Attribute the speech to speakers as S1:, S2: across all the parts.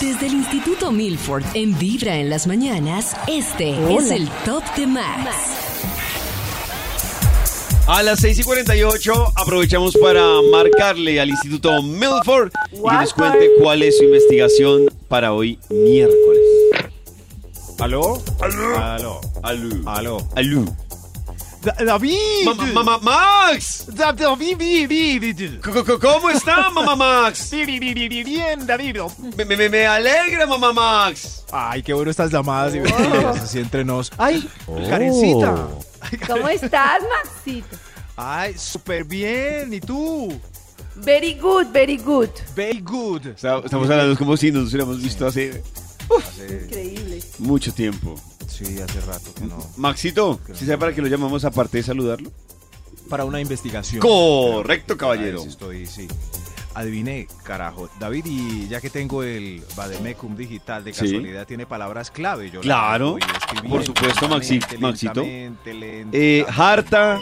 S1: Desde el Instituto Milford en Vibra en las mañanas, este es el Top de Max.
S2: A las 6 y 48 aprovechamos para marcarle al Instituto Milford y que nos cuente cuál es su investigación para hoy miércoles. ¿Aló? ¿Aló? ¿Aló? ¿Aló? ¿Aló?
S3: Da- David.
S2: Mamá, mamá Max!
S3: Da- David, vi- vi- vi- vi-
S2: C- c- c- ¿Cómo está, mamá Max?
S3: vi- vi- vi- vi- vi- Bien, David.
S2: Me, me- me- me alegra, mamá Max.
S3: Ay, qué bueno estas llamadas y
S2: Oh.
S3: así entre nos. Ay, Karencita.
S4: ¿Cómo estás, Maxito?
S3: Ay, súper bien. ¿Y tú?
S4: Very good, very good.
S3: Very good.
S2: Estamos hablando como si nos hubiéramos visto hace
S4: Increíble.
S2: mucho tiempo.
S3: Sí, hace rato que no.
S2: Maxito, ¿sí sabe para qué lo llamamos aparte de saludarlo?
S3: Para una investigación.
S2: Correcto,
S3: A
S2: caballero.
S3: ver si Estoy, sí. Adiviné, carajo. David, y ya que tengo el Bademecum digital, de
S2: Sí.
S3: casualidad tiene palabras clave. Yo las
S2: Claro.
S3: voy escribiendo
S2: Por supuesto, Maxi-
S3: lentamente,
S2: Maxito.
S3: lentamente,
S2: Eh,
S3: lentamente.
S2: harta,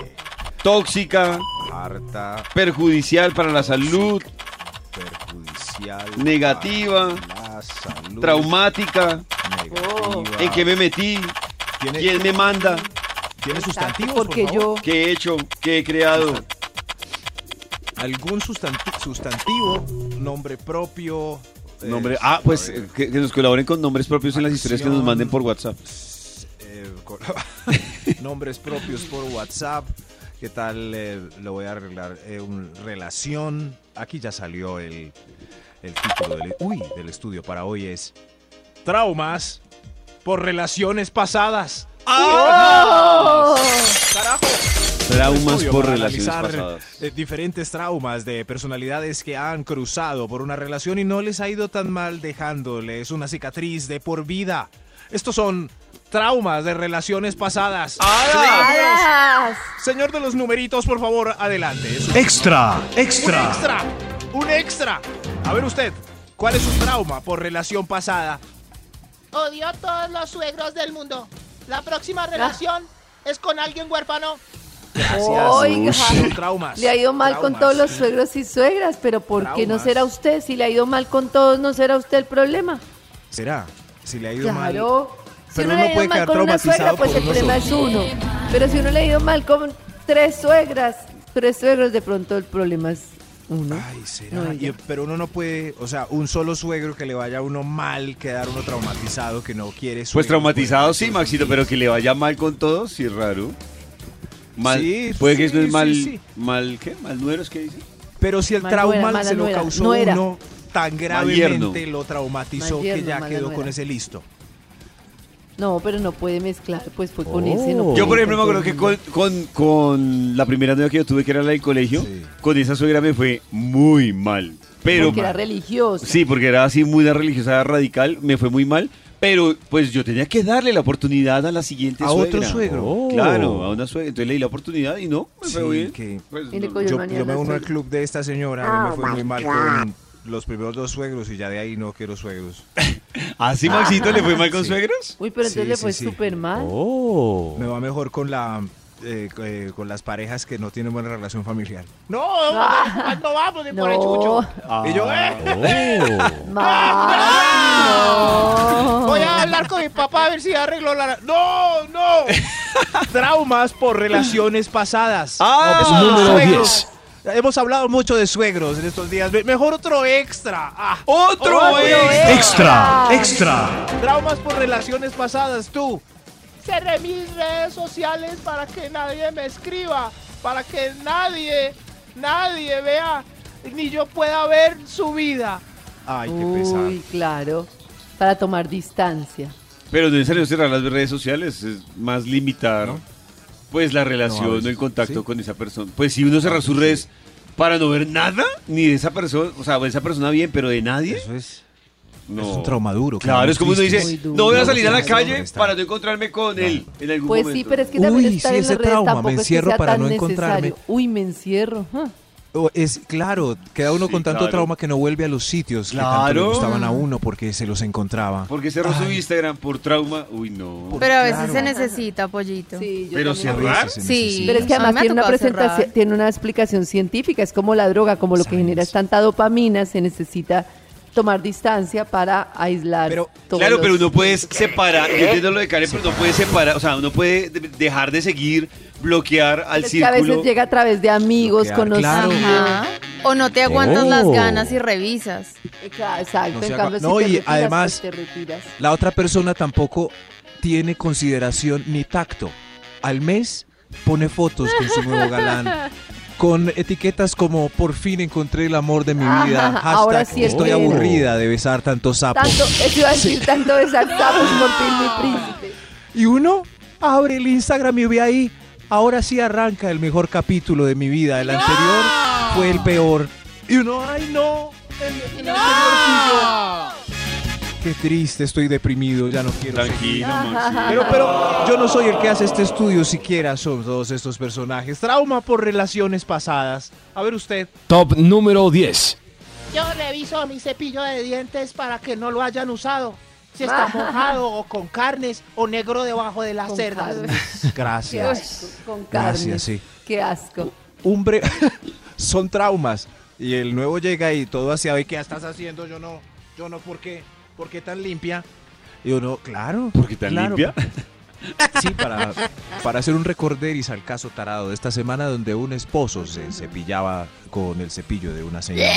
S2: tóxica,
S3: harta,
S2: perjudicial para la salud,
S3: perjudicial,
S2: Negativa,
S3: para la salud,
S2: traumática,
S3: negativa.
S2: en qué me metí,
S3: ¿Tiene,
S2: quién me manda,
S3: tiene sustantivos?
S4: Porque
S3: por
S4: yo.
S3: favor?
S2: qué he hecho, qué he creado.
S3: ¿Algún sustanti- sustantivo, nombre propio? eh,
S2: Nombre, ah, pues
S3: a
S2: eh,
S3: ver,
S2: que, que nos colaboren con nombres propios en las historias que nos manden por WhatsApp.
S3: eh, con- nombres propios por WhatsApp. ¿Qué tal? eh, lo voy a arreglar. eh, un- relación. Aquí ya salió el, el título del, uy, del estudio para hoy es Traumas por relaciones pasadas. ¡Carajo!
S2: Traumas
S3: estudio
S2: por
S3: para
S2: relaciones
S3: analizar,
S2: pasadas.
S3: eh, diferentes traumas de personalidades que han cruzado por una relación y no les ha ido tan mal dejándoles una cicatriz de por vida. Estos son traumas de relaciones pasadas.
S4: ¡Hadas!
S3: Señor de los numeritos, por favor, adelante. Es un-
S5: Extra,
S3: Un
S5: extra.
S3: extra, un extra. A ver usted, ¿cuál es su trauma por relación pasada?
S6: Odio a todos los suegros del mundo. La próxima relación es con alguien huérfano.
S4: Oiga.
S3: Son traumas.
S4: Le ha ido mal con
S3: Traumas.
S4: todos los suegros y suegras, pero ¿por qué no
S3: Traumas.
S4: será usted? Si le ha ido mal con todos, ¿no será usted el problema?
S3: ¿Será? Si le ha ido mal.
S4: Claro. Si
S3: Pero
S4: uno
S3: uno
S4: le ha ido
S3: puede
S4: mal
S3: quedar
S4: con una
S3: traumatizado
S4: suegra, pues
S3: por
S4: el
S3: uno
S4: problema es uno. Pero si uno le ha ido mal con tres suegras, tres suegros, de pronto el problema es uno.
S3: Ay, será.
S4: No,
S3: Y-
S4: ella.
S3: pero uno no puede, o sea, un solo suegro que le vaya a uno mal, quedar uno traumatizado, que no quiere
S2: Pues
S3: suegro,
S2: traumatizado
S3: pues,
S2: sí,
S3: pues,
S2: Maxito, pero que le vaya mal con todo, sí, raro. Mal,
S3: Sí,
S2: puede
S3: sí,
S2: que eso es
S3: sí,
S2: mal,
S3: sí.
S2: mal, ¿qué? ¿Mal nueros qué dice?
S3: Pero si el
S4: Mal
S3: trauma
S4: nuera, mala
S3: se lo
S4: nuera,
S3: causó
S4: nuera.
S3: uno tan
S2: yerno.
S3: gravemente, lo traumatizó
S4: Mal
S3: que
S4: yerno,
S3: ya
S4: mala
S3: quedó con
S4: nuera.
S3: ese listo.
S4: No, pero no puede mezclar, pues fue con ese.
S3: Oh.
S4: No
S2: Yo, por
S4: puede ir
S2: ejemplo, me
S4: con
S2: acuerdo
S4: todo
S2: que
S4: el mundo.
S2: con, con- con la primera novia que yo tuve, que era la del colegio,
S3: Sí.
S2: con esa suegra me fue muy mal. Pero,
S4: Porque era religioso.
S2: sí, porque era así muy de religiosa radical, me fue muy mal. Pero, pues yo tenía que darle la oportunidad a la siguiente
S3: A
S2: suegra. Oh.
S3: otro suegro.
S2: Claro, a una suegra. Entonces le di la oportunidad y no, me fue
S3: Sí,
S2: bien.
S3: que-
S2: Pues,
S4: Y le
S2: no,
S4: cogió
S3: Yo,
S4: el maní
S3: yo
S4: a
S3: me
S4: la
S3: uno al
S4: suegra.
S3: club de esta señora, a mí me fue muy mal con los primeros dos suegros y ya de ahí no quiero suegros.
S2: ¿Así Ah, Maxito le fue mal con
S3: Sí.
S2: suegros?
S4: Uy, pero entonces
S3: Sí,
S4: le
S3: sí,
S4: fue
S3: sí. Oh.
S4: súper mal.
S3: Me va mejor con la eh, eh, con las parejas que no tienen buena relación familiar.
S6: No, ah, no vamos de por el chucho.
S4: No,
S2: Ah.
S3: Y yo, eh, ¡Ah!
S4: mal.
S6: Voy a hablar con mi papá a ver si arregló la.
S3: ¡No, no! Traumas por relaciones pasadas. No,
S2: Ah,
S3: pues,
S5: número
S3: suegros. Hemos hablado mucho de suegros en estos días. Me- Mejor otro extra. Ah,
S2: ¡Otro,
S6: Oh,
S2: extra!
S6: eh,
S5: Extra, extra.
S3: traumas por relaciones pasadas, tú.
S6: Cerré mis redes sociales para que nadie me escriba. Para que nadie, nadie vea ni yo pueda ver su vida.
S3: Ay, qué pesado.
S4: Uy, claro. Para tomar distancia.
S2: Pero no en serio cerrar las redes sociales, es más limitar pues la relación
S3: No, a veces,
S2: o el contacto
S3: ¿sí? Ah,
S2: con esa persona. Pues si uno cerra sus redes para no ver nada, ni de esa persona, o sea, de esa persona bien, pero de nadie,
S3: Eso es.
S2: No.
S3: Es un trauma duro.
S2: Claro, es como uno
S3: uno
S4: Muy
S2: dice,
S4: duro.
S2: no voy a salir a la
S4: Claro.
S2: calle para no encontrarme con él en algún
S4: Pues sí,
S2: momento.
S4: pero es que
S3: Uy,
S4: también
S3: sí,
S4: estar en
S3: ese
S4: las redes
S3: trauma, me
S4: tampoco es que
S3: encierro
S4: sea
S3: para
S4: tan
S3: no encontrarme.
S4: necesario. Uy, me encierro. ah.
S3: Oh, es claro, queda uno
S2: Sí,
S3: con tanto
S2: claro.
S3: trauma que no vuelve a los sitios que tanto
S2: Claro.
S3: le gustaban a uno porque se los encontraba.
S2: Porque cerró su Instagram por trauma. Uy, no.
S7: Pero a veces
S3: Claro.
S7: se necesita pollito.
S4: Sí, yo
S2: Pero
S4: también.
S3: A
S2: cerrar.
S3: veces se
S7: Sí.
S4: Pero es que
S7: A mí me
S4: además
S7: ha
S4: tiene una
S7: tocado cerrar.
S4: presentación, tiene una explicación científica, es como la droga, como lo que
S3: ¿Sabes?
S4: genera es tanta dopamina, se necesita tomar distancia para aislar.
S3: Pero-
S4: todos
S2: Claro,
S4: los-
S2: pero uno puede separar, yo entiendo lo de Karen, pero uno puede separar, o sea, uno puede de- dejar de seguir, bloquear al
S4: Es que a
S2: círculo.
S4: veces llega a través de amigos,
S3: Bloquear,
S4: conocidos.
S3: claro.
S7: Ajá. O no te aguantas
S3: Oh.
S7: las ganas y revisas.
S4: Claro, Exacto,
S3: No se
S4: en
S3: haga-
S4: cambio, si
S3: no,
S4: te
S3: y
S4: retiras,
S3: además-
S4: pues, te retiras.
S3: La otra persona tampoco tiene consideración ni tacto. Al mes pone fotos con su nuevo galán. Con etiquetas como por fin encontré el amor de mi
S4: Ajá,
S3: vida. Hashtag
S4: ahora sí
S3: estoy
S4: espero".
S3: aburrida de besar tanto sapo.
S4: Tanto, eso iba a decir, tanto besar sapos por fin mi príncipe.
S3: Y uno abre el Instagram y ve ahí. Ahora sí arranca el mejor capítulo de mi vida. El anterior fue el peor. Y uno, ay no. El, el anterior fui yo". Qué triste, estoy deprimido, ya no quiero. seguir.
S2: Tranquilo, Maxi.
S3: Pero, pero yo no soy el que hace este estudio siquiera, son todos estos personajes. Trauma por relaciones pasadas. A ver usted.
S8: Top número 10.
S6: Yo reviso mi cepillo de dientes para que no lo hayan usado. Si está mojado o con carnes o negro debajo de las
S4: Con
S6: cerdas.
S4: carne. Qué
S3: Gracias.
S4: asco, con carne.
S3: Gracias, sí.
S4: Qué asco.
S3: Hombre, son traumas. Y el nuevo llega y todo hacia hoy. ¿Qué estás haciendo? Yo no, yo no, ¿por qué? ¿Por qué tan limpia? Y uno, claro.
S2: ¿Por qué tan
S3: claro.
S2: limpia?
S3: Sí, para, para hacer un recorderis al caso tarado de esta semana donde un esposo se cepillaba con el cepillo de una señora.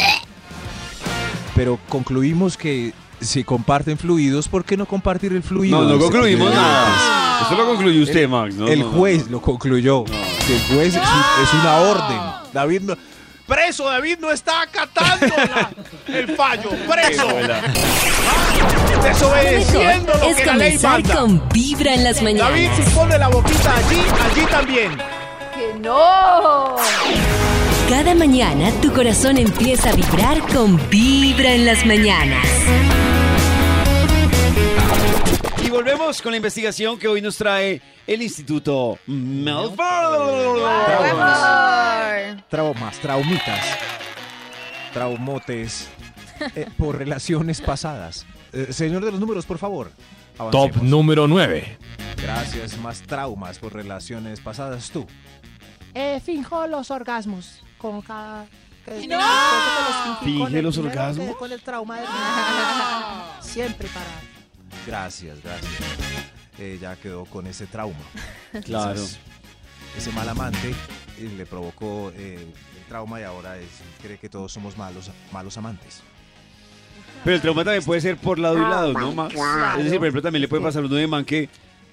S3: Pero concluimos que si comparten fluidos, ¿por qué no compartir el fluido?
S2: No, no
S3: del
S2: concluimos
S3: cepillo de dientes?
S2: nada. pues. Esto lo concluyó usted, Max. ¿no?
S3: el
S2: No, no,
S3: juez lo concluyó. Que el juez es, un- es una orden. David no-
S6: Preso, David no está acatando el fallo. Preso.
S1: Lo mejor es comenzar con Vibra en las mañanas.
S6: si pone la boquita allí, allí también.
S4: ¡Que no!
S1: Cada mañana tu corazón empieza a vibrar con Vibra en las mañanas.
S2: Y volvemos con la investigación que hoy nos trae el Instituto Melford.
S7: Por-
S3: Traumas, traumitas, traumotes eh, por relaciones pasadas. Eh, señor de los números, por favor.
S8: Top
S3: avancemos.
S8: número 9.
S3: Gracias, más traumas por relaciones pasadas tú.
S6: Eh, finjo los orgasmos con cada. que- que
S7: ¡No!
S6: los fingí con
S2: ¿Finge
S6: el
S2: los
S6: primero, quedé
S2: orgasmos?
S6: Con el trauma del- Siempre para.
S3: Gracias, gracias. Eh, ya quedó con ese trauma.
S2: Claro.
S3: Quizás Ese mal amante eh, le provocó eh, el trauma y ahora es- cree que todos somos malos, malos amantes.
S2: Pero el trauma también puede ser por lado y lado, ¿no, Max? Es decir, por ejemplo, también le puede pasar a uno de man que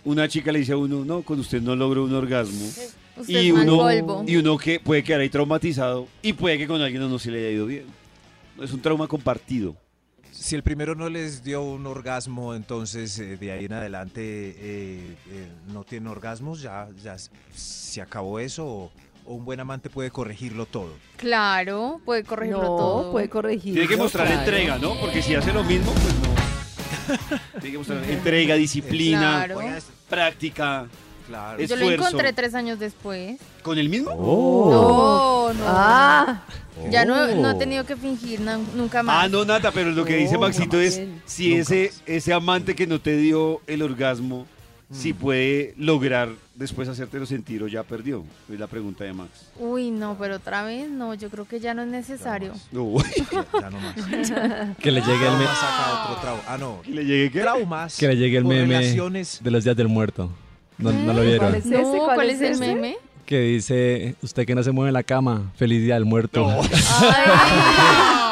S2: una chica le dice a uno, no, con usted no logró un orgasmo.
S7: Usted
S2: Y
S7: es mal
S2: uno,
S7: polvo.
S2: y uno que puede quedar ahí traumatizado y puede que con alguien no se le haya ido bien. Es un trauma compartido.
S3: Si el primero no les dio un orgasmo, entonces eh, de ahí en adelante eh, eh, no tienen orgasmos, ya, ya s- se acabó eso o, o un buen amante puede corregirlo todo.
S7: Claro, puede corregirlo
S4: no,
S7: todo.
S4: puede corregir.
S2: Tiene que mostrar
S4: Claro.
S2: entrega, ¿no? Porque si hace lo mismo, pues no. Tiene que mostrar entrega, disciplina,
S7: Claro.
S3: Oiga, es-
S2: práctica.
S3: claro.
S2: Es-
S7: Yo lo
S2: esfuerzo.
S7: encontré tres años después.
S2: ¿Con el mismo?
S7: Oh. No, no.
S4: Ah,
S7: Ya no,
S8: Oh.
S7: no he tenido que fingir na- nunca más.
S2: Ah, no, Nata, pero lo que dice
S4: No,
S2: Maxito es
S4: Gabriel.
S2: si ese, ese amante que no te dio el orgasmo,
S4: Mm.
S2: si puede lograr después hacértelo sentir o ya perdió. Es la pregunta de Max.
S7: Uy, no, pero otra vez no. Yo creo que ya no es necesario.
S2: No,
S3: Ya, ya no más.
S8: Que le llegue el, me-
S3: Trauma saca otro trauma. Ah, no.
S2: que le llegue que
S3: Traumas
S8: que le llegue el
S3: por
S8: meme
S3: relaciones
S8: de los días del muerto. No, no lo vieron.
S4: ¿cuál es
S7: No,
S4: ese?
S7: ¿cuál, es, el
S4: ese?
S7: meme?
S8: Que dice, usted que no se mueve en la cama, feliz día del muerto.
S7: Ay,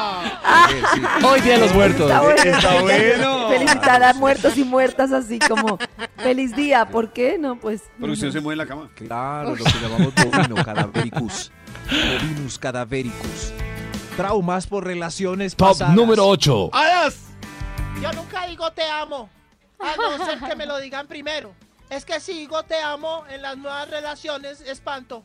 S3: Sí, sí.
S8: Hoy día de los muertos.
S4: Está bueno.
S2: Está bueno.
S4: Felicitar a muertos y muertas así como feliz día. ¿Por qué? No, pues.
S2: Porque usted no se mueve en la cama.
S3: Claro, lo que llamamos bovino cadavericus. Bovinus cadavericus. Traumas por relaciones
S8: Top
S3: pasadas.
S8: número 8.
S2: ¡Alas!
S6: Yo nunca digo te amo, a no ser que me lo digan primero. Es que si digo te amo en las nuevas relaciones, espanto.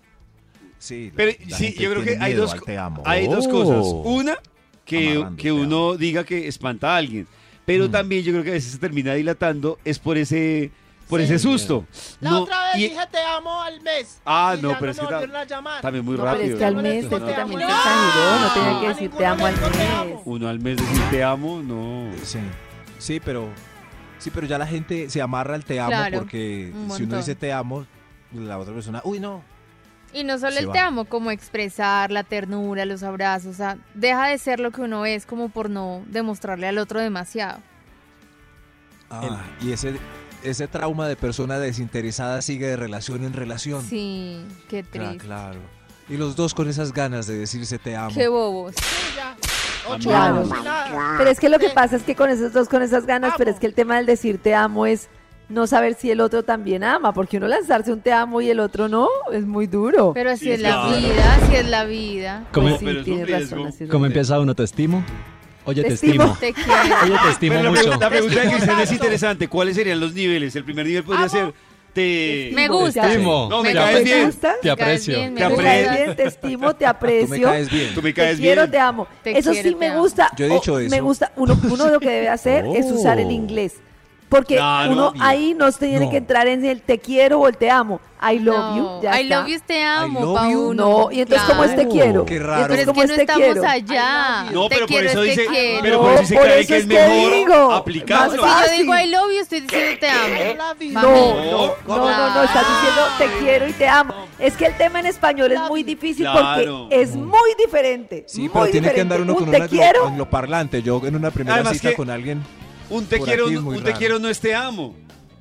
S3: Sí, la-
S2: Pero
S3: la
S2: sí,
S3: gente
S2: yo creo que
S3: tiene
S2: hay
S3: miedo
S2: dos,
S3: al
S2: co-
S3: te amo.
S2: hay dos
S8: Oh.
S2: cosas. Una, que,
S3: Amarrando,
S2: que
S3: te Mm.
S2: uno diga que espanta a alguien. Pero también yo creo que a veces se termina dilatando, es por ese, por
S6: Sí.
S2: ese susto.
S6: La
S2: No,
S6: otra vez
S2: y-
S6: dije te amo al mes.
S2: Ah,
S6: y
S2: no,
S6: ya
S2: pero
S6: no
S2: es
S6: me
S2: que ta-
S6: volvieron a llamar.
S2: también muy
S4: No, pero
S2: rápido.
S4: es que al
S6: No,
S4: mes
S6: no,
S4: este
S6: no.
S4: también
S6: No.
S4: exageró, no tenía que
S6: A
S4: decir te
S6: ninguno
S4: amo al
S6: le digo te amo.
S4: mes.
S2: Uno al mes decir te amo, no.
S3: Sí, sí, pero sí, pero ya la gente se amarra al te amo
S7: Claro,
S3: porque
S7: un
S3: si uno
S7: montón.
S3: dice te amo, la otra persona, uy no.
S7: Y no solo
S3: Se
S7: el
S3: va.
S7: te amo, como expresar la ternura, los abrazos, o sea, deja de ser lo que uno es como por no demostrarle al otro demasiado.
S3: Ah, y ese ese trauma de persona desinteresada sigue de relación en relación.
S7: Sí, qué
S3: Ah,
S7: triste.
S3: claro. Y los dos con esas ganas de decirse te amo.
S7: Qué bobos.
S6: Sí, ya. Ocho
S4: Claro.
S6: años y nada.
S4: Pero es que lo que
S6: Sí.
S4: pasa es que con esos dos, con esas ganas, pero es
S6: Amo.
S4: que el tema del decir te amo es no saber si el otro también ama, porque uno lanzarse un te amo y el otro no, es muy duro.
S7: Pero así
S2: Sí,
S7: es la
S2: claro.
S7: vida, así es la vida.
S8: ¿Cómo,
S4: Pues sí,
S2: pero es un
S4: tienes
S2: riesgo.
S4: razón, así es.
S8: cómo empieza uno? ¿Te estimo? Oye, te,
S4: Te
S8: estimo.
S4: estimo.
S2: Ah.
S7: Te quiero.
S8: Oye, te estimo
S2: Pero la
S8: mucho.
S2: pregunta, la pregunta de
S6: Estimo
S2: Cristian es
S6: tanto.
S2: interesante. ¿Cuáles serían los niveles? El primer nivel podría
S6: Amo.
S2: ser te...
S7: Ah, Me
S4: Te
S7: gusta.
S8: estimo.
S2: No, me
S7: Me
S2: caes
S4: ¿Te
S2: bien.
S4: gusta?
S8: Te
S7: Me caes
S8: aprecio.
S7: bien, me
S2: Te
S4: ¿Te
S7: gusta.
S4: caes
S2: apre-
S4: bien? Te estimo, te
S3: Ah, Tú me
S4: aprecio.
S3: caes bien.
S2: Tú me
S4: Te
S2: caes
S4: quiero,
S2: bien.
S4: te amo.
S7: Te
S4: eso
S7: quiero,
S4: sí me
S7: te amo.
S4: gusta.
S3: Yo he
S4: o
S3: dicho
S4: Me
S3: eso.
S4: gusta. Uno, uno lo que debe hacer es usar el inglés. Porque
S2: Claro,
S4: uno
S2: obvio.
S4: ahí no tiene
S3: No.
S4: que entrar en el te quiero o el te amo. I love
S7: No,
S4: you. Ya
S7: I
S4: está.
S7: love you, te amo,
S3: love
S7: pa'
S3: you,
S7: uno.
S4: No, y entonces, ¿cómo es te
S3: Claro.
S4: quiero?
S3: Qué
S4: Y
S3: raro.
S4: entonces,
S7: Pero es que
S4: ¿cómo
S7: no
S4: es te
S7: estamos
S4: quiero?
S7: allá.
S2: No,
S7: te
S2: pero por
S7: quiero,
S2: eso
S7: es te
S2: dice,
S7: quiero.
S2: pero por eso dice
S4: No, por
S2: Karen
S4: eso
S2: que es
S4: es que
S2: mejor
S4: digo.
S7: Vamos,
S2: aplicarlo.
S4: Más
S7: si yo
S4: fácil.
S7: digo I love you, estoy diciendo te
S5: ¿Eh?
S6: I
S7: amo.
S6: love you.
S4: No,
S7: Mami.
S4: no, no, no, no,
S7: Ay.
S4: estás diciendo te quiero y te amo. Es que el tema en español es muy difícil
S2: Claro.
S4: porque es muy diferente.
S3: Sí,
S4: muy
S3: pero tiene que
S4: diferente.
S3: andar uno
S4: Un
S3: con un
S4: te quiero.
S3: angloparlante. Yo en una primera
S2: Además
S3: cita
S2: que-
S3: con alguien
S2: Un te
S3: Por
S2: quiero,
S3: aquí es
S2: no-
S3: muy
S2: un te
S3: raro.
S2: quiero no es te amo.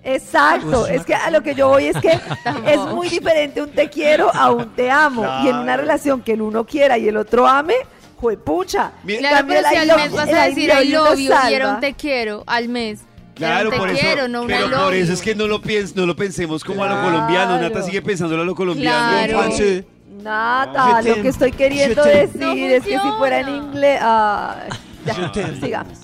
S4: Exacto,
S2: Pues,
S4: es que a lo que yo voy es que es muy diferente un te quiero a un te amo. Y en una
S2: Claro.
S4: relación que el uno quiera y el otro ame, juepucha.
S2: Mi-
S4: En
S7: Claro,
S4: cambio,
S7: pero si
S4: el I
S7: al
S4: love-
S7: mes vas
S4: el
S7: a decir
S4: love
S7: I
S4: you nos
S7: love you y era
S4: salva.
S7: un te quiero al mes.
S2: Claro,
S7: era un
S2: por
S7: te
S2: eso.
S7: quiero, no un I
S2: pero
S7: love
S2: por eso
S7: you.
S2: es que no lo piens, no lo pensemos como a lo
S4: Claro.
S2: colombiano. Nata sigue pensándolo a lo colombiano.
S7: Claro.
S2: Juanse,
S4: Nada,
S3: Je
S4: lo que
S3: t'aime.
S4: estoy queriendo
S3: Je t'aime.
S4: decir
S7: No
S4: es que si fuera en
S7: funciona.
S4: inglés. ah, ya,
S3: t'aime.
S4: sigamos.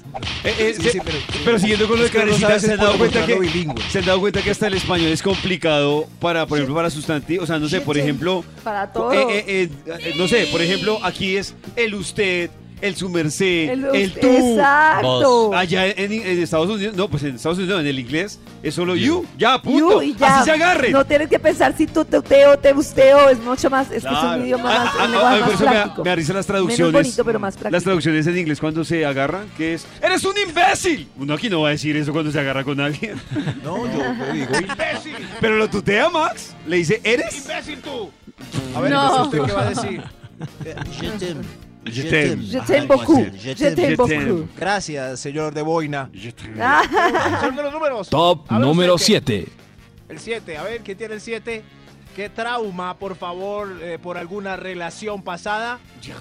S2: Eh, eh,
S3: Sí,
S2: se-
S3: sí,
S2: pero,
S3: pero-
S2: siguiendo con lo de
S3: Es que no
S2: Karencita,
S3: sabes
S2: se han
S3: el
S2: dado
S3: pueblo
S2: cuenta que
S3: bilingüe.
S2: se han dado cuenta que hasta el español es complicado para, por ejemplo, para sustantivos, o sea, no sé, por ejemplo,
S4: Para
S2: co-
S4: todo.
S2: eh, eh, eh, eh, no sé, por ejemplo, aquí es el usted, el su merced, el, tú.
S4: Exacto.
S8: vos.
S2: Allá en, en Estados Unidos, no, pues en Estados Unidos, no, en el inglés es solo you,
S3: You.
S2: ya,
S4: You
S2: punto.
S4: y ya.
S2: Así se agarren.
S4: No tienes que pensar si tú te uteo, te busteo, es mucho más, es que es
S2: Claro.
S4: un idioma
S2: Ah,
S4: más,
S2: ah,
S4: un
S2: ah,
S4: lenguaje
S2: por
S4: más
S2: eso me da-
S4: práctico.
S2: me da risa las traducciones.
S4: Menos bonito, pero más práctico.
S2: Las traducciones en inglés cuando se agarran, que es ¡Eres un imbécil! Uno aquí no va a decir eso cuando se agarra con alguien.
S3: No, yo le digo.
S6: Imbécil,
S2: Pero lo tutea Max, le dice ¿Eres?
S6: imbécil tú.
S3: A ver,
S7: No.
S3: ¿usted qué va a decir?
S9: Je
S2: Je t'aime.
S9: t'aime.
S4: Je t'aime beaucoup.
S9: Je
S4: Je t'aime
S2: t'aime.
S4: beaucoup.
S3: Gracias, señor de Boina.
S4: Ah,
S6: Son de los números.
S5: Top
S6: A ver,
S5: número
S6: usted,
S5: 7.
S6: El 7, a ver, ¿qué tiene el 7?
S3: ¿Qué trauma, por favor, eh, por alguna relación pasada?
S6: Yo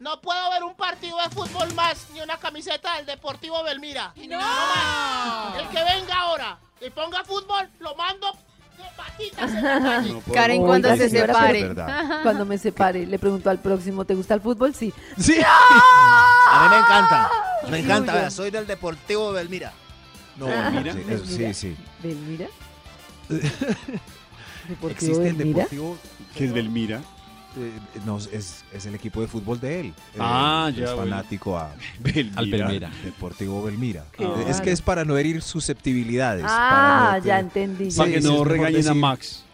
S6: no puedo ver un partido de fútbol más ni una camiseta del Deportivo Belmira. No, más. El que venga ahora y ponga fútbol, lo mando de patitas en la calle.
S7: Karen,
S4: Oiga,
S7: cuando se
S4: señora, pero-
S7: separe.
S3: Es verdad.
S4: Cuando me separe, le pregunto al próximo, ¿te gusta el fútbol? Sí.
S3: Sí.
S9: A mí me encanta. Me encanta.
S4: Fluye.
S9: vea, Soy del Deportivo Belmira.
S3: No,
S2: Ah, mira.
S3: sí,
S4: Ven,
S3: eso- sí,
S4: mira.
S3: sí.
S4: Belmira. Deportivo
S3: Existe el
S4: Belmira.
S3: Deportivo.
S2: Que es Belmira.
S3: eh, no, es, es el equipo de fútbol de él. Eh,
S2: Ah, ya,
S3: Es
S2: bueno.
S3: fanático a
S2: Belmira.
S8: Al Palmira.
S3: Deportivo Belmira.
S4: Qué
S3: Eh, es
S4: raro.
S3: que es para no herir susceptibilidades. para
S4: Ah,
S3: no
S4: ya
S3: te-
S4: entendí.
S2: Para
S3: Sí, sí,
S2: que
S3: es
S2: no
S3: mejor
S2: regañen a
S3: decir-
S2: Max.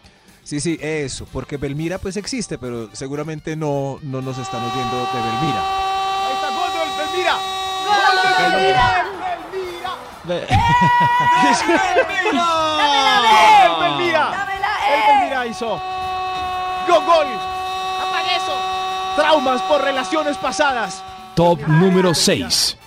S3: Sí, sí, eso. Porque Belmira pues existe, pero seguramente no, no nos están oyendo de Belmira.
S6: Ahí está gol del Belmira. ¡Gol del Belmira! ¡El Belmira! ¡El Belmira hizo! ¡Gol, gol! ¡Apaga eso! Traumas por relaciones pasadas.
S5: Top número 6.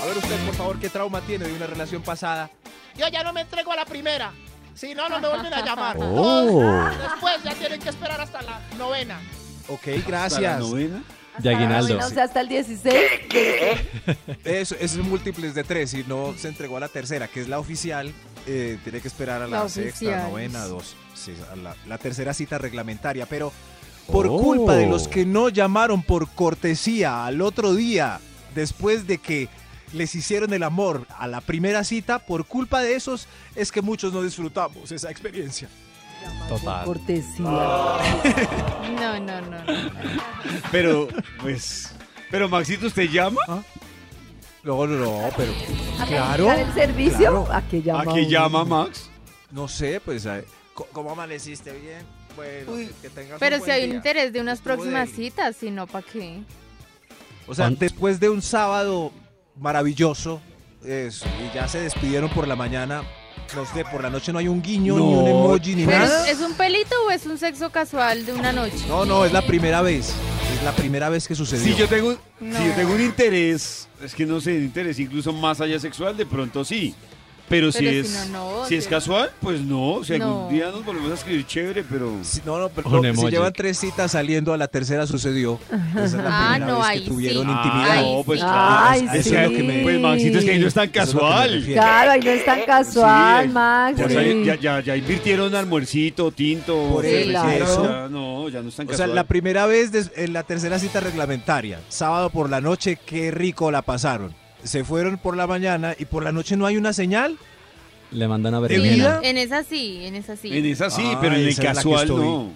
S3: A ver usted, por favor, ¿qué trauma tiene de una relación pasada?
S6: Yo ya no me entrego a la primera. Si no, no me vuelven a llamar.
S3: Oh.
S6: Todos después ya tienen que esperar hasta la novena.
S3: Ok,
S2: ¿Hasta la
S3: gracias.
S2: novena?
S8: De Aguinaldo.
S4: O sea, hasta el 16.
S3: Eso, es múltiples de tres. Si no se entregó a la tercera, que es la oficial, eh, tiene que esperar a la,
S7: La
S3: sexta,
S7: oficial.
S3: novena, dos. Sí, a la, la tercera cita reglamentaria. Pero por
S5: Oh.
S3: culpa de los que no llamaron por cortesía al otro día, después de que les hicieron el amor a la primera cita, por culpa de esos es que muchos no disfrutamos esa experiencia.
S8: Total.
S4: Cortesía.
S2: Ah,
S7: No, no, no. no.
S2: Pero, pues. Pero Maxito, ¿usted llama?
S3: No, no, no, pero.
S4: ¿A
S3: Claro.
S4: calificar el servicio?
S3: claro.
S4: ¿A qué llama?
S2: Aquí
S4: uno?
S2: llama Max.
S3: No sé, pues. a- co- ¿Cómo amaneciste bien? Bueno, que tengas
S7: Pero
S3: un
S7: si
S3: buen
S7: hay un
S3: día.
S7: interés de unas
S3: Estuvo
S7: próximas
S3: deli.
S7: citas, si no, ¿para qué?
S3: O sea, después de un sábado maravilloso, eso, y ya se despidieron por la mañana, no sé, por la noche no hay un guiño, ni un
S2: No.
S3: emoji, ni
S7: Pero
S3: nada.
S7: ¿es, es un pelito o es un sexo casual de una noche?
S3: No, no, es la primera vez. Es la primera vez que sucedió.
S2: Si yo, tengo,
S7: No.
S2: si yo tengo un interés, es que no sé, un interés incluso más allá sexual, de pronto sí. Pero, si,
S7: Pero si
S2: es
S7: no, no,
S2: si es
S7: sí.
S2: casual, pues no. Si
S7: No.
S2: algún día nos volvemos a escribir chévere, pero...
S3: Si- no, no, pero
S8: Un
S3: no, si
S8: emoji.
S3: llevan tres citas saliendo, a la tercera sucedió. Esa es la
S7: Ah,
S3: primera
S7: no,
S3: vez
S7: ahí
S3: que tuvieron
S7: sí.
S3: intimidad.
S7: Ay,
S2: no, pues
S7: sí.
S2: claro.
S4: Ay,
S2: es que-
S4: sí.
S2: Pues Maxito, es que ahí no es tan
S3: Eso es lo que me
S2: casual.
S3: refiero.
S4: Claro, ahí no es tan
S2: Sí,
S4: casual,
S2: ahí-
S4: Max.
S2: Ya,
S4: sí.
S2: sali- ya, ya, ya invirtieron almuercito, tinto.
S3: Por
S4: eso.
S2: cervecita,
S3: Claro.
S2: no, ya no están
S3: O sea, la primera vez des- en la tercera cita reglamentaria, sábado por la noche, qué rico la pasaron. Se fueron por la mañana y por la noche no hay una señal.
S8: Le mandan a ver.
S3: ¿De vida?
S7: En esa sí, en esa sí.
S2: En esa sí,
S3: Ah,
S2: pero en el
S3: esa es la que
S2: casual
S3: estoy.
S2: no.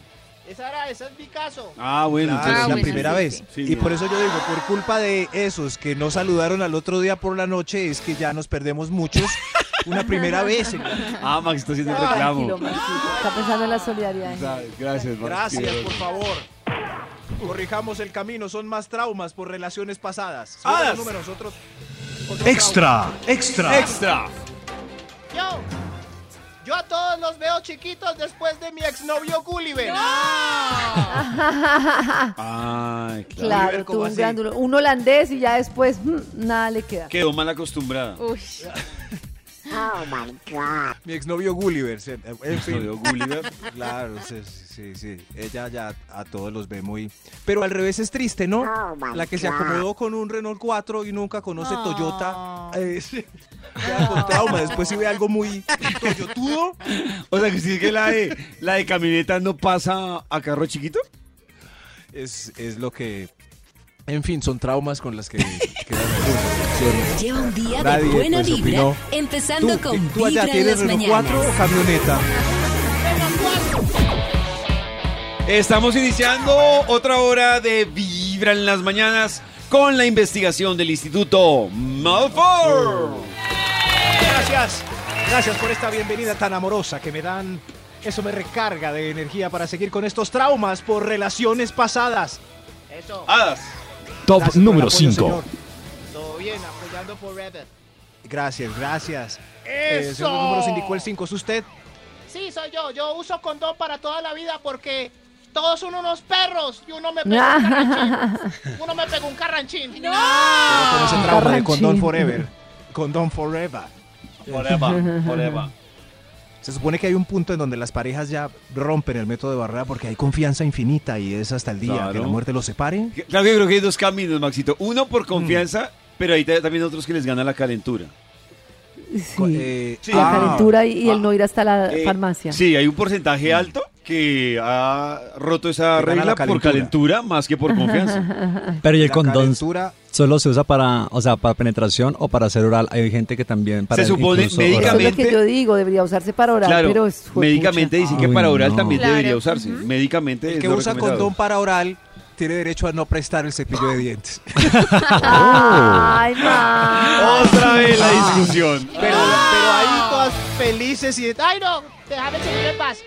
S6: Esa era, ese es mi caso.
S2: Ah, bueno,
S3: Claro, es la
S2: entonces
S7: bueno,
S3: primera
S7: sí,
S3: vez.
S7: sí.
S2: Sí,
S3: y
S2: no.
S3: por eso yo digo, por culpa de esos que no saludaron al otro día por la noche, es que ya nos perdemos muchos. Una primera vez. señor.
S2: Ah, Max está haciendo el
S4: Tranquilo,
S2: reclamo.
S4: Maxito. Está pensando en la solidaridad.
S2: Gracias, Max.
S3: Gracias, por favor. Corrijamos el camino, son más traumas por relaciones pasadas.
S2: Hadas.
S3: Otros números, otros- otros
S5: Extra, extra.
S2: Extra.
S6: Yo, yo a todos los veo chiquitos después de mi exnovio Gulliver.
S2: Ay, claro.
S4: Claro, tuvo un grándulo. Un holandés y ya después mm, nada le queda.
S2: Quedó mal acostumbrada.
S7: Uy,
S3: traumas. Mi exnovio Gulliver. se- En
S2: Lo veo
S3: fin.
S2: Gulliver.
S3: Claro, sí, sí, sí. Ella ya a todos los ve muy. Pero al revés es triste, ¿no?
S1: Oh,
S3: La que se acomodó con un Renault 4 y nunca conoce Toyota. eh, sí. Queda con trauma. Después si ve algo muy Toyotudo.
S2: O sea, que usted es que la de, la de camioneta no pasa a carro chiquito.
S3: Es, es lo que. En fin, son traumas con las que. que
S1: Lleva un día de
S3: Nadie,
S1: buena
S3: pues,
S1: vibra,
S3: opinó.
S1: empezando
S3: ¿Tú,
S1: con
S3: tú
S1: Vibra
S3: allá
S1: en
S3: tienes
S1: las
S3: Renault
S1: mañanas.
S3: 4 o camioneta?
S2: Estamos iniciando otra hora de Vibra en las mañanas con la investigación del Instituto Malfour.
S3: Gracias, gracias por esta bienvenida tan amorosa que me dan. Eso me recarga de energía para seguir con estos traumas por relaciones pasadas.
S6: Eso,
S2: Hadas.
S5: Top
S3: Gracias por el
S5: número
S3: apoyo,
S5: 5.
S3: señor.
S6: todo bien, apoyando por Reddit.
S3: Gracias, gracias. Eh,
S6: ¡Eso!
S3: segundo número se indicó el 5, ¿es usted?
S6: Sí, soy yo. Yo uso condón para toda la vida porque todos son unos perros y uno me pegó un
S9: Ah.
S6: carranchín. Uno me pegó un carranchín.
S3: con ese trauma de
S4: Carranchín.
S3: Condón Forever. Condón Forever.
S2: Forever, forever.
S3: Se supone que hay un punto en donde las parejas ya rompen el método de barrera porque hay confianza infinita y es hasta el día que
S2: Claro.
S3: la muerte los separe.
S2: Claro que creo que hay dos caminos, Maxito. Uno por confianza,
S3: Mm.
S2: pero hay también otros que les gana la calentura.
S3: Con-
S4: Sí.
S3: eh,
S2: Sí.
S4: La
S2: Ah,
S4: calentura y, y el
S2: ah,
S4: no ir hasta la
S2: Eh,
S4: farmacia.
S2: Sí, hay un porcentaje alto que ha roto esa
S3: Que Mm. gana
S2: regla
S3: la
S2: por calentura más que por confianza.
S8: Pero y el
S3: la
S8: condón
S3: calentura-
S8: solo se usa para, o sea, para penetración o para hacer oral. Hay gente que también para
S2: Se supone
S8: incluso
S4: Eso es
S2: médicamente-
S8: oral.
S4: lo que yo digo, debería usarse para orar,
S2: claro,
S4: pero es
S2: médicamente dicen que
S8: Uy,
S2: para oral
S8: no.
S2: también
S7: Claro,
S2: debería usarse.
S7: ujú.
S2: Médicamente
S3: El
S2: es
S3: que
S2: lo
S3: usa
S2: recomendado.
S3: condón para oral tiene derecho a no prestar el cepillo de dientes.
S4: Ay, ma.
S2: Otra vez la
S3: Ah.
S2: discusión.
S9: Pero, pero ahí todas felices y
S6: Ay, no, déjame seguir en paz.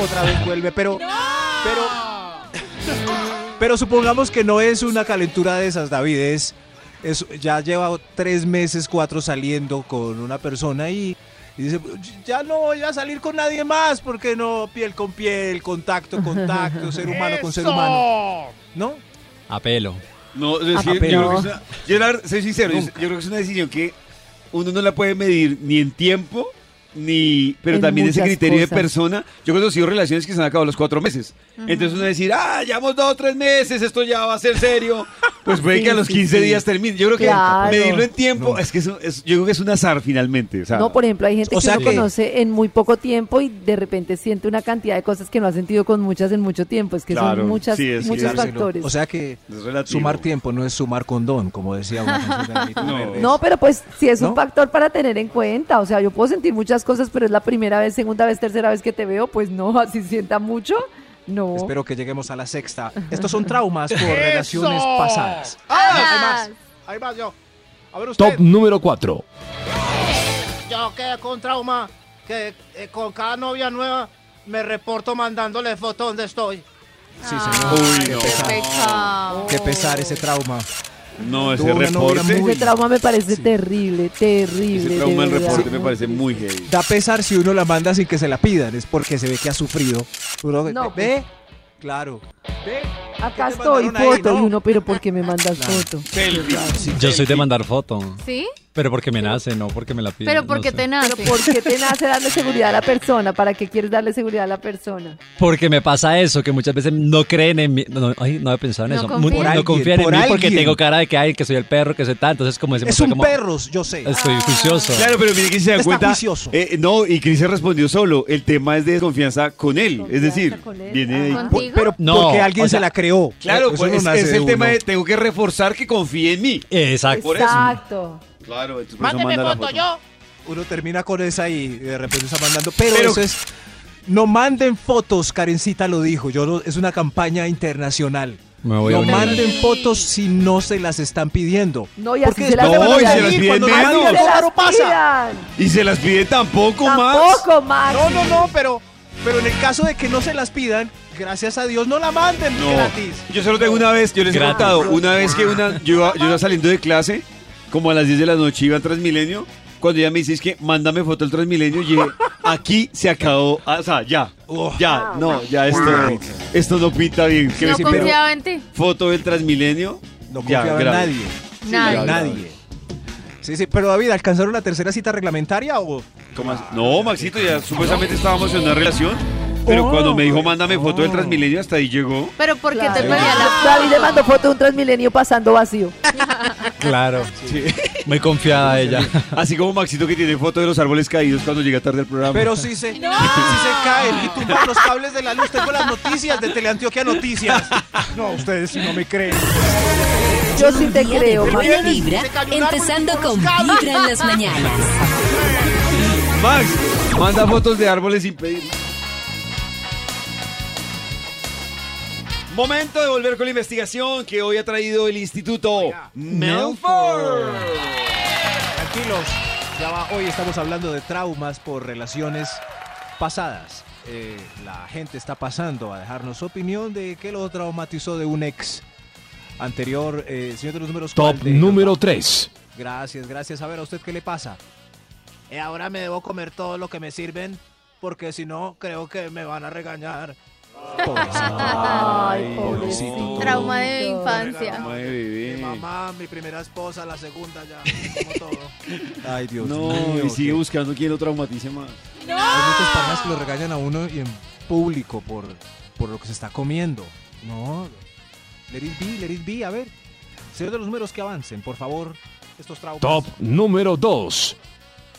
S3: otra vez vuelve, pero pero pero supongamos que no es una calentura de esas, David, es, es- ya lleva tres meses, cuatro saliendo con una persona y, y dice ya no voy a salir con nadie más porque no piel con piel, contacto contacto, ser humano con ser humano, ¿no?
S8: A pelo.
S2: No,
S4: Ah,
S2: es que yo,
S3: pero-
S2: creo que es una- yo la- soy sincero, yo, yo creo que es una decisión que uno no la puede medir ni en tiempo, ni, pero
S4: En
S2: también ese
S4: muchas
S2: criterio de
S4: cosas.
S2: persona. Yo he conocido relaciones que se han acabado a los cuatro meses. Entonces uno decir, ah, ya hemos dado tres meses, esto ya va a ser serio. Pues puede que a los 15 días termine. Yo creo que
S4: Claro.
S2: medirlo en tiempo es que es, un- es- yo creo que es un azar finalmente. o sea,
S4: No, pues, por ejemplo, hay gente
S3: O
S4: que
S3: sea
S4: uno
S3: que-
S4: conoce en muy poco tiempo y de repente siente una cantidad de cosas que no ha sentido con muchas en mucho tiempo. Es que
S2: Claro,
S4: son muchas,
S2: sí, es que
S4: muchos
S2: es-
S4: factores.
S3: O sea que
S2: es relativo.
S3: sumar tiempo no es sumar condón, como decía una canción de Anita
S2: No.
S3: Verdes.
S4: no, pero pues sí es
S3: ¿No?
S4: un factor para tener en cuenta. O sea, yo puedo sentir muchas cosas, pero es la primera vez, segunda vez, tercera vez que te veo, pues no, así sienta mucho. No.
S3: Espero que lleguemos a la sexta. Estos son traumas por relaciones pasadas.
S6: Ah,
S7: Hadas.
S6: Ahí más yo.
S3: A ver usted.
S10: Top número 4.
S6: Yo quedé con trauma que eh, con cada novia nueva me reporto mandándole fotos donde estoy.
S3: Sí, señor.
S2: Uy,
S3: Qué
S2: no.
S3: pesar.
S7: Ah, Pecado.
S3: Qué pesar ese trauma.
S2: No, ese
S3: Tuvo una novia
S2: reporte,
S3: muy-
S4: Ese trauma me parece terrible, terrible.
S2: ese
S4: de
S2: trauma del
S4: verdad.
S2: reporte me parece muy heavy.
S3: Da pesar si uno la manda sin que se la pidan, es porque se ve que ha sufrido. Uno
S4: No, pues.
S3: ve, claro. Ve.
S4: Acá
S3: ¿Qué te
S4: estoy,
S3: mandaron ahí,
S4: foto.
S3: no?
S4: Y uno, pero ¿por qué me mandas foto?
S2: Selfie.
S8: Yo soy de mandar foto,
S7: ¿Sí?
S8: pero porque me nace, no porque me la piden.
S7: Pero
S8: no
S7: porque
S8: sé.
S7: te nace.
S4: ¿Por qué te nace darle seguridad a la persona? ¿Para qué quieres darle seguridad a la persona?
S8: Porque me pasa eso, que muchas veces no creen en mí. No, no, ay, no había pensado en
S7: No
S8: eso.
S7: confían.
S8: Mu-
S7: Por
S8: no
S3: alguien,
S8: confían en
S3: por
S8: mí porque
S3: alguien.
S8: tengo cara de que, ay, que soy el perro, que soy tal. Entonces, como decimos,
S3: Es un
S8: como,
S3: perro, yo sé.
S7: Ah.
S8: Estoy juicioso.
S2: Claro, pero mire que se da
S3: Está
S2: cuenta.
S3: juicioso.
S2: eh, no, y Cris se respondió solo. El tema es de desconfianza con él. es
S4: Desconfianza
S2: decir,
S4: con él,
S2: viene de ahí.
S4: ajá.
S7: ¿Contigo?
S3: Pero
S8: No,
S3: porque alguien
S8: o sea,
S3: se la creó.
S2: Claro,
S3: Eso
S2: pues
S3: no
S2: es,
S3: nace
S2: es
S3: de
S2: el tema
S3: uno.
S2: de tengo que reforzar que confíe en mí.
S8: Exacto.
S2: Ah, Por eso.
S4: Exacto.
S2: Claro, entonces por eso
S6: Mándeme
S2: manda la
S6: foto,
S2: foto.
S6: yo.
S3: Uno termina con esa y de repente está mandando. Pero,
S2: Pero-
S3: eso es. No manden fotos, Karencita lo dijo. Yo no- es una campaña internacional.
S8: Me voy a
S3: no
S8: unir.
S3: manden fotos si no se las están pidiendo.
S4: No, y así
S3: Porque
S4: se las
S3: después
S2: no,
S3: van a
S2: y se
S3: pedir
S2: las piden
S3: cuando
S2: menos.
S3: alguien-
S4: se
S3: Claro,
S4: las
S3: pasa.
S4: pidan.
S2: Y se las pide tampoco, más.
S4: Tampoco, Max.
S3: No, no, no, pero, pero en el caso de que no se las pidan, gracias a Dios no la manden
S2: No.
S3: gratis.
S2: Yo solo tengo una vez, yo les he
S8: Gratis.
S2: contado, una vez que una, yo, iba, yo iba saliendo de clase, como a las 10 de la noche iba a Transmilenio, cuando ella me dice, es que mándame foto del Transmilenio, y dije, aquí se acabó, ah, o sea, ya, ya, no, ya esto, esto no pinta bien. Que
S7: No
S2: me- pero
S7: confiaba en ti.
S2: foto del Transmilenio,
S3: No
S2: ya,
S3: confiaba en
S2: grave.
S3: nadie.
S7: Nada.
S2: ya,
S3: Nadie. Sí, sí, pero David, ¿alcanzaron la tercera cita reglamentaria o...?
S2: ¿Cómo así? No, Maxito, ya supuestamente estábamos en una relación,
S3: Oh.
S2: pero cuando me dijo, mándame foto del Transmilenio, hasta ahí llegó.
S7: Pero porque
S4: Claro.
S7: te pedía la
S4: David le mandó foto de un transmilenio pasando vacío.
S8: Claro. Muy confiada ella.
S2: Así como Maxito que tiene foto de los árboles caídos cuando llega tarde al programa.
S3: Pero si se, si se caen y tumban los cables de la luz, tengo las noticias de Teleantioquia Noticias. No, ustedes si no me creen.
S4: Yo sí te
S1: Día de
S4: creo, Max.
S1: buena vibra, empezando con Vibra en las mañanas.
S2: Max, manda fotos de árboles sin pedir. Momento de volver con la investigación que hoy ha traído el Instituto Melford.
S3: Tranquilos, ya va. Hoy estamos hablando de traumas por relaciones pasadas. Eh, la gente está pasando a dejarnos su opinión de qué lo traumatizó de un ex anterior. Eh, señor de los números. ¿cuál
S10: Top
S3: de-
S10: número 3.
S3: Gracias, gracias. A ver, ¿a usted qué le pasa?
S9: Eh, ahora me debo comer todo lo que me sirven, porque si no, creo que me van a regañar.
S4: Ay, pobrecito.
S7: trauma de infancia.
S2: Madre bebé.
S9: Mi mamá, mi primera esposa, la segunda ya, como todo.
S3: Ay, Dios
S2: No,
S3: mío.
S2: y sigue
S3: qué-
S2: buscando quién lo traumatice más.
S3: Hay
S9: Ah.
S3: muchos panas que lo regañan a uno y en público por, por lo que se está comiendo. No. Let it be, let it be. A ver. Señor de los números que avancen, por favor. Estos traumas.
S10: Top número 2.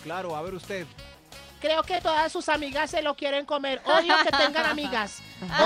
S3: Claro, a ver usted.
S6: Creo que todas sus amigas se lo quieren comer. Odio que tengan amigas.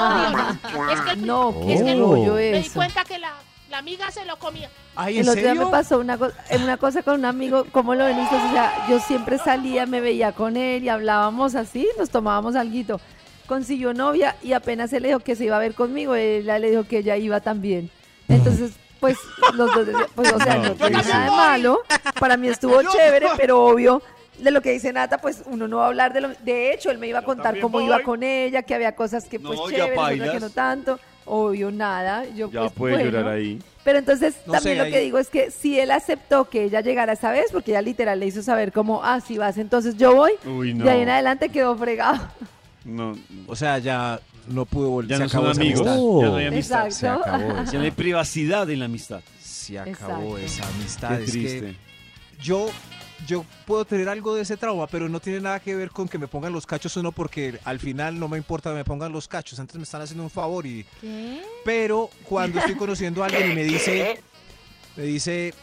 S6: Odio. Es que el-
S4: Ah, No,
S6: es
S4: qué
S6: que
S4: rollo
S6: me di
S4: eso.
S6: cuenta que la, la amiga se lo comía.
S3: Ay,
S4: El otro día me pasó una, co- eh, una cosa con un amigo, ¿cómo lo ven ustedes? O sea, yo siempre salía, me veía con él y hablábamos así, nos tomábamos alguito. Consiguió novia y apenas él le dijo que se iba a ver conmigo, ella le dijo que ella iba también. Entonces, pues, los dos, decían, pues, o sea, no tiene nada de malo, para mí estuvo chévere, pero obvio, de lo que dice Nata, pues uno no va a hablar de lo... De hecho, él me iba a contar cómo iba con ella, que había cosas que pues
S2: No, ya
S4: chéveres, otras que
S2: bailas.
S4: no tanto, obvio, nada. Yo,
S2: Ya
S4: pues,
S2: puede llorar
S4: bueno.
S2: ahí.
S4: Pero entonces
S3: No
S4: también
S3: sé,
S4: lo que
S3: ahí-
S4: digo es que si él aceptó que ella llegara esa vez, porque ella literal le hizo saber como, ah, si vas, entonces yo voy.
S2: Uy,
S4: Y ahí en adelante quedó fregado.
S2: No,
S3: O sea, ya no pudo volver.
S2: ya
S3: se
S2: no son
S3: acabó esa
S2: amigos. Oh.
S3: amistad.
S8: Oh.
S2: Ya no hay amistad.
S4: Exacto.
S3: Se acabó.
S2: Ya no hay privacidad en la amistad.
S3: Se acabó
S4: Exacto.
S3: esa amistad.
S2: Qué
S3: Ah, Es que
S2: triste.
S3: yo, yo puedo tener algo de ese trauma, pero no tiene nada que ver con que me pongan los cachos uno porque al final no me importa que me pongan los cachos. Antes me están haciendo un favor y...
S7: ¿Qué?
S3: Pero cuando estoy conociendo a alguien y me dice... Me dice...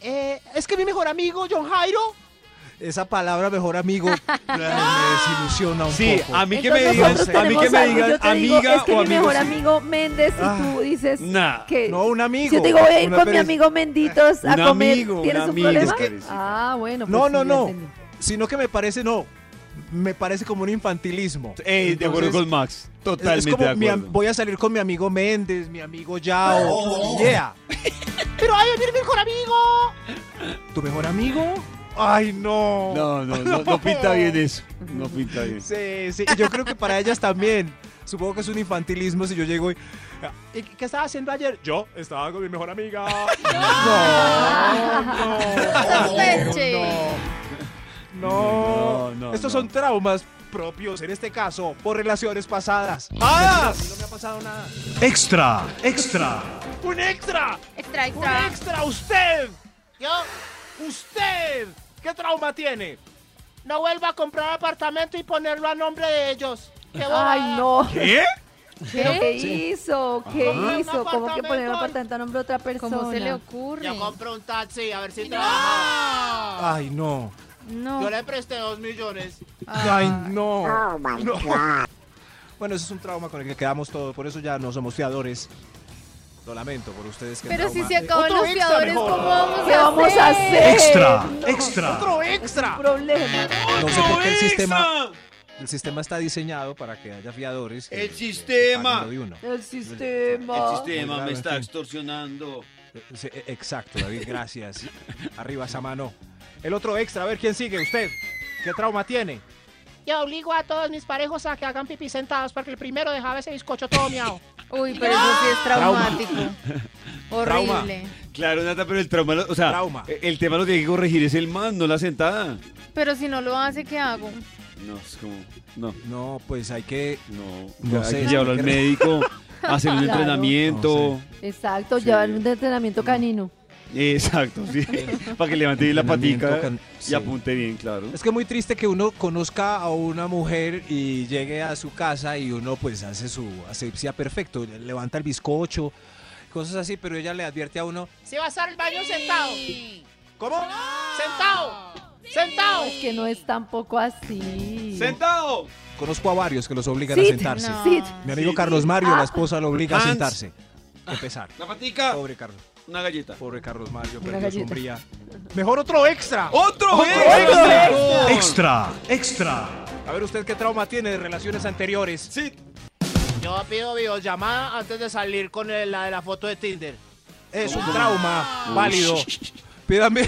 S9: Eh, es que mi mejor amigo, John Jairo,
S3: Esa palabra mejor amigo ay, me desilusiona un
S2: Sí,
S3: poco.
S2: a mí que
S4: Entonces
S2: me digan,
S4: nosotros
S2: a mí que
S4: tenemos
S2: me
S4: algo,
S2: digan
S4: yo te digo,
S2: amiga
S4: es que
S2: o
S4: mi mejor
S2: sí.
S4: amigo Méndez, y
S3: Ah,
S4: tú dices
S2: nah.
S4: que...
S3: No, un amigo.
S4: si yo te digo, voy a ir
S3: Una
S4: con mi
S3: pereza.
S4: amigo Menditos a
S2: Un
S4: comer,
S2: amigo, un
S4: ¿tienes un,
S2: amigo,
S4: problema?
S2: es que-
S4: Ah, bueno.
S3: No,
S4: pues
S3: no,
S4: sí, ya
S3: no.
S4: entendí.
S3: Sino que me parece, no. Me parece como un infantilismo.
S2: Ey, de acuerdo
S3: Entonces,
S2: con Max.
S3: Es-
S2: Totalmente
S3: es como mi
S2: de
S3: am-
S2: acuerdo.
S3: voy a salir con mi amigo Méndez, mi amigo Yao. Yeah.
S6: Pero ay, mira mi mejor amigo.
S3: ¿Tu mejor amigo? Ay, no.
S2: No, no, no, no pinta bien eso. No pinta bien.
S3: Sí, sí, yo creo que para ellas también. Supongo que es un infantilismo si yo llego y... ¿Y qué estaba haciendo ayer? Yo estaba con mi mejor amiga. No, no,
S7: Sospeche.
S3: no.
S2: No, no,
S3: Estos
S2: no.
S3: son traumas propios, en este caso, por relaciones pasadas. ¡Ah! No me ha pasado nada.
S11: Extra, extra.
S3: ¡Un extra!
S7: Extra,
S3: ¡Un
S7: extra.
S3: extra! ¡Usted!
S6: Yo
S3: ¡Usted! ¿Qué trauma tiene?
S6: no vuelvo a comprar apartamento y ponerlo a nombre de ellos. ¡Qué bobada!
S4: Ay, no.
S11: ¿Qué?
S4: ¿Pero qué hizo? ¿Qué
S6: Ajá.
S4: hizo? ¿Cómo que poner un
S6: Apartamento.
S4: apartamento a nombre de otra persona?
S7: ¿Cómo se le ocurre?
S6: Yo compré un taxi, a ver si trabaja.
S3: Ay, no.
S7: No.
S6: Yo le presté dos millones.
S3: Ay, no. No. Bueno, ese es un trauma con el que quedamos todos, por eso ya no somos fiadores. Lo lamento por ustedes que
S7: Pero si
S3: trauma-
S7: se acaban
S3: Otro
S7: los
S3: extra
S7: fiadores,
S3: mejor.
S7: ¿cómo vamos a
S4: ¿Qué vamos a hacer?
S11: Extra,
S3: Eh.
S4: No,
S11: extra.
S3: Otro
S4: es
S3: extra.
S4: un problema.
S3: No sé por qué el sistema el sistema está diseñado para que haya fiadores. que-
S2: El
S3: que
S2: sistema.
S3: paguen lo de uno.
S4: El sistema.
S2: El sistema
S3: Claro,
S2: me
S3: en
S2: está
S3: fin.
S2: extorsionando.
S3: Sí, e- Exacto, David, gracias. Arriba esa mano. El otro extra, a ver quién sigue, usted. ¿Qué trauma tiene?
S6: Yo obligo a todos mis parejos a que hagan pipí sentados porque el primero dejaba ese bizcocho todo miau.
S7: Uy, pero eso sí es
S3: Trauma.
S7: traumático.
S3: Trauma.
S7: Horrible.
S2: Claro, Nata, pero el trauma, lo- o sea,
S3: Trauma.
S2: eh, el tema lo tiene que corregir es el man, no la sentada.
S7: Pero si no lo hace, ¿qué hago?
S2: No, es como, no,
S3: No, pues hay que
S2: no.
S3: No
S2: hay
S3: sé.
S2: que llevarlo al médico, hacer un
S4: Claro.
S2: entrenamiento.
S4: Exacto,
S2: Sí.
S4: llevar un entrenamiento canino.
S2: Exacto, sí. Para que levante bien la patica
S3: Entrenamiento can-
S2: y
S3: sí.
S2: apunte bien, claro.
S3: Es que es muy triste que uno conozca a una mujer y llegue a su casa y uno pues hace su asepsia perfecto, levanta el bizcocho, cosas así, pero ella le advierte a uno,
S6: Si vas al baño sentado.
S3: ¿cómo?
S6: Sentado. Sentado.
S4: Es que no es tampoco así.
S2: ¡Sentado!
S3: Conozco a varios que los obligan a
S4: Sit.
S3: sentarse.
S7: No.
S4: Sit.
S3: Mi amigo Carlos Mario, la esposa lo obliga
S2: Ah. Hans.
S3: a sentarse. Qué pesar.
S2: La patica,
S3: Pobre Carlos,
S2: una galleta.
S3: pobre Carlos Mario,
S4: Una
S3: perdió su
S4: galleta.
S3: hombría. Mejor otro extra.
S2: ¡Otro,
S3: extra!
S2: ¡Otro
S11: Extra, extra.
S3: A ver usted qué trauma tiene de relaciones anteriores.
S2: Sí.
S6: Yo pido videollamada antes de salir con el- la de la foto de Tinder.
S3: Es
S2: Ah.
S3: un trauma válido. Pídame.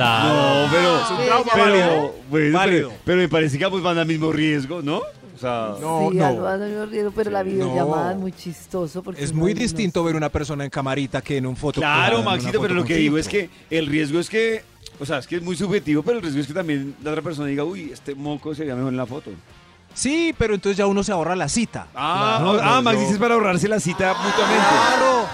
S2: Ah, No, pero.
S3: Es un Ah, trauma
S2: pero,
S3: válido.
S2: bueno,
S3: Válido.
S2: Pero, pero me parece que ambos van al mismo riesgo, ¿no? O sea,
S3: No,
S4: sí,
S3: no.
S4: algo ha dado miedo, pero la videollamada
S3: No.
S4: es muy chistoso. Porque
S3: Es
S8: Pues
S4: uno-
S3: muy
S4: uno-
S3: distinto ver una persona en camarita que en un foto.
S2: claro,
S3: en una
S2: Maxito,
S3: foto
S2: pero lo
S3: con
S2: que digo es
S3: filtro.
S2: que el riesgo es que. O sea, es que es muy subjetivo, pero el riesgo es que también la otra persona diga, uy, este moco sería mejor en la foto.
S3: Sí, pero entonces ya uno se ahorra la cita.
S2: Ah,
S3: No, no,
S2: ah
S3: no.
S2: Max, dices para ahorrarse la cita mutuamente.
S3: Claro.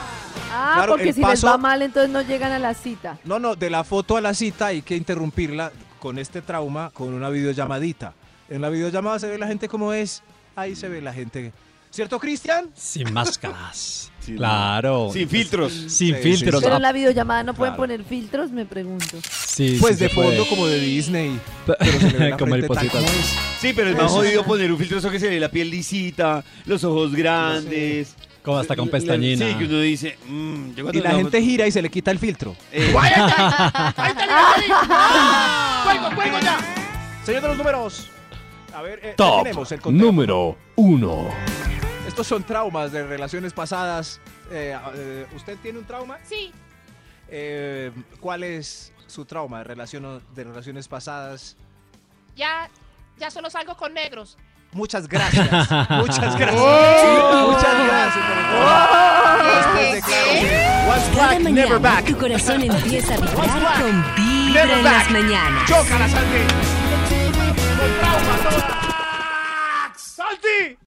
S4: Ah,
S3: Claro,
S4: porque
S3: el
S4: si
S3: paso-
S4: les va mal, entonces no llegan a la cita.
S3: No, no, de la foto a la cita hay que interrumpirla con este trauma, con una videollamadita. En la videollamada se ve la gente como es, ahí se ve la gente. ¿Cierto, Cristian?
S8: Sin máscaras.
S2: Sí,
S8: claro.
S2: Sin filtros.
S8: Sin
S3: Sí,
S8: filtros.
S3: sí,
S4: Pero
S8: Ah,
S4: en la videollamada no pueden
S8: claro.
S4: poner filtros, me pregunto.
S8: sí,
S3: Pues
S8: sí
S3: de
S8: se puede.
S3: fondo como de Disney. Pero se le ve la
S8: Como el
S3: frente tal
S8: posito.
S3: como es.
S2: Sí, pero es más jodido poner un filtro eso que se le ve la piel lisita, los ojos grandes.
S8: Como hasta con
S2: La- la-
S8: pestañina.
S2: Sí, que uno dice, mmm, yo cuando
S3: Y la
S2: hago-
S3: gente gira y se le quita el filtro.
S2: Eh,
S6: ¡Cuelgo, cuelgo ya!
S3: Señor de los números. A ver, eh, ¿qué
S12: Top
S3: tenemos el conteo?
S12: número uno.
S3: Estos son traumas de relaciones pasadas. Eh, eh, ¿Usted tiene un trauma?
S6: Sí.
S3: Eh, ¿Cuál es su trauma de, relación, de relaciones pasadas?
S6: Ya, ya solo salgo con negros.
S3: Muchas gracias. Muchas gracias. Muchas gracias. por el trauma.
S7: ¿Qué,
S3: Después de
S7: qué, qué?
S3: que- Once
S1: Cada
S3: back, never
S1: mañana
S3: back.
S1: tu corazón empieza a vibrar con Vibra
S3: Never
S1: en las
S3: back.
S1: mañanas.
S3: Choca la sangre.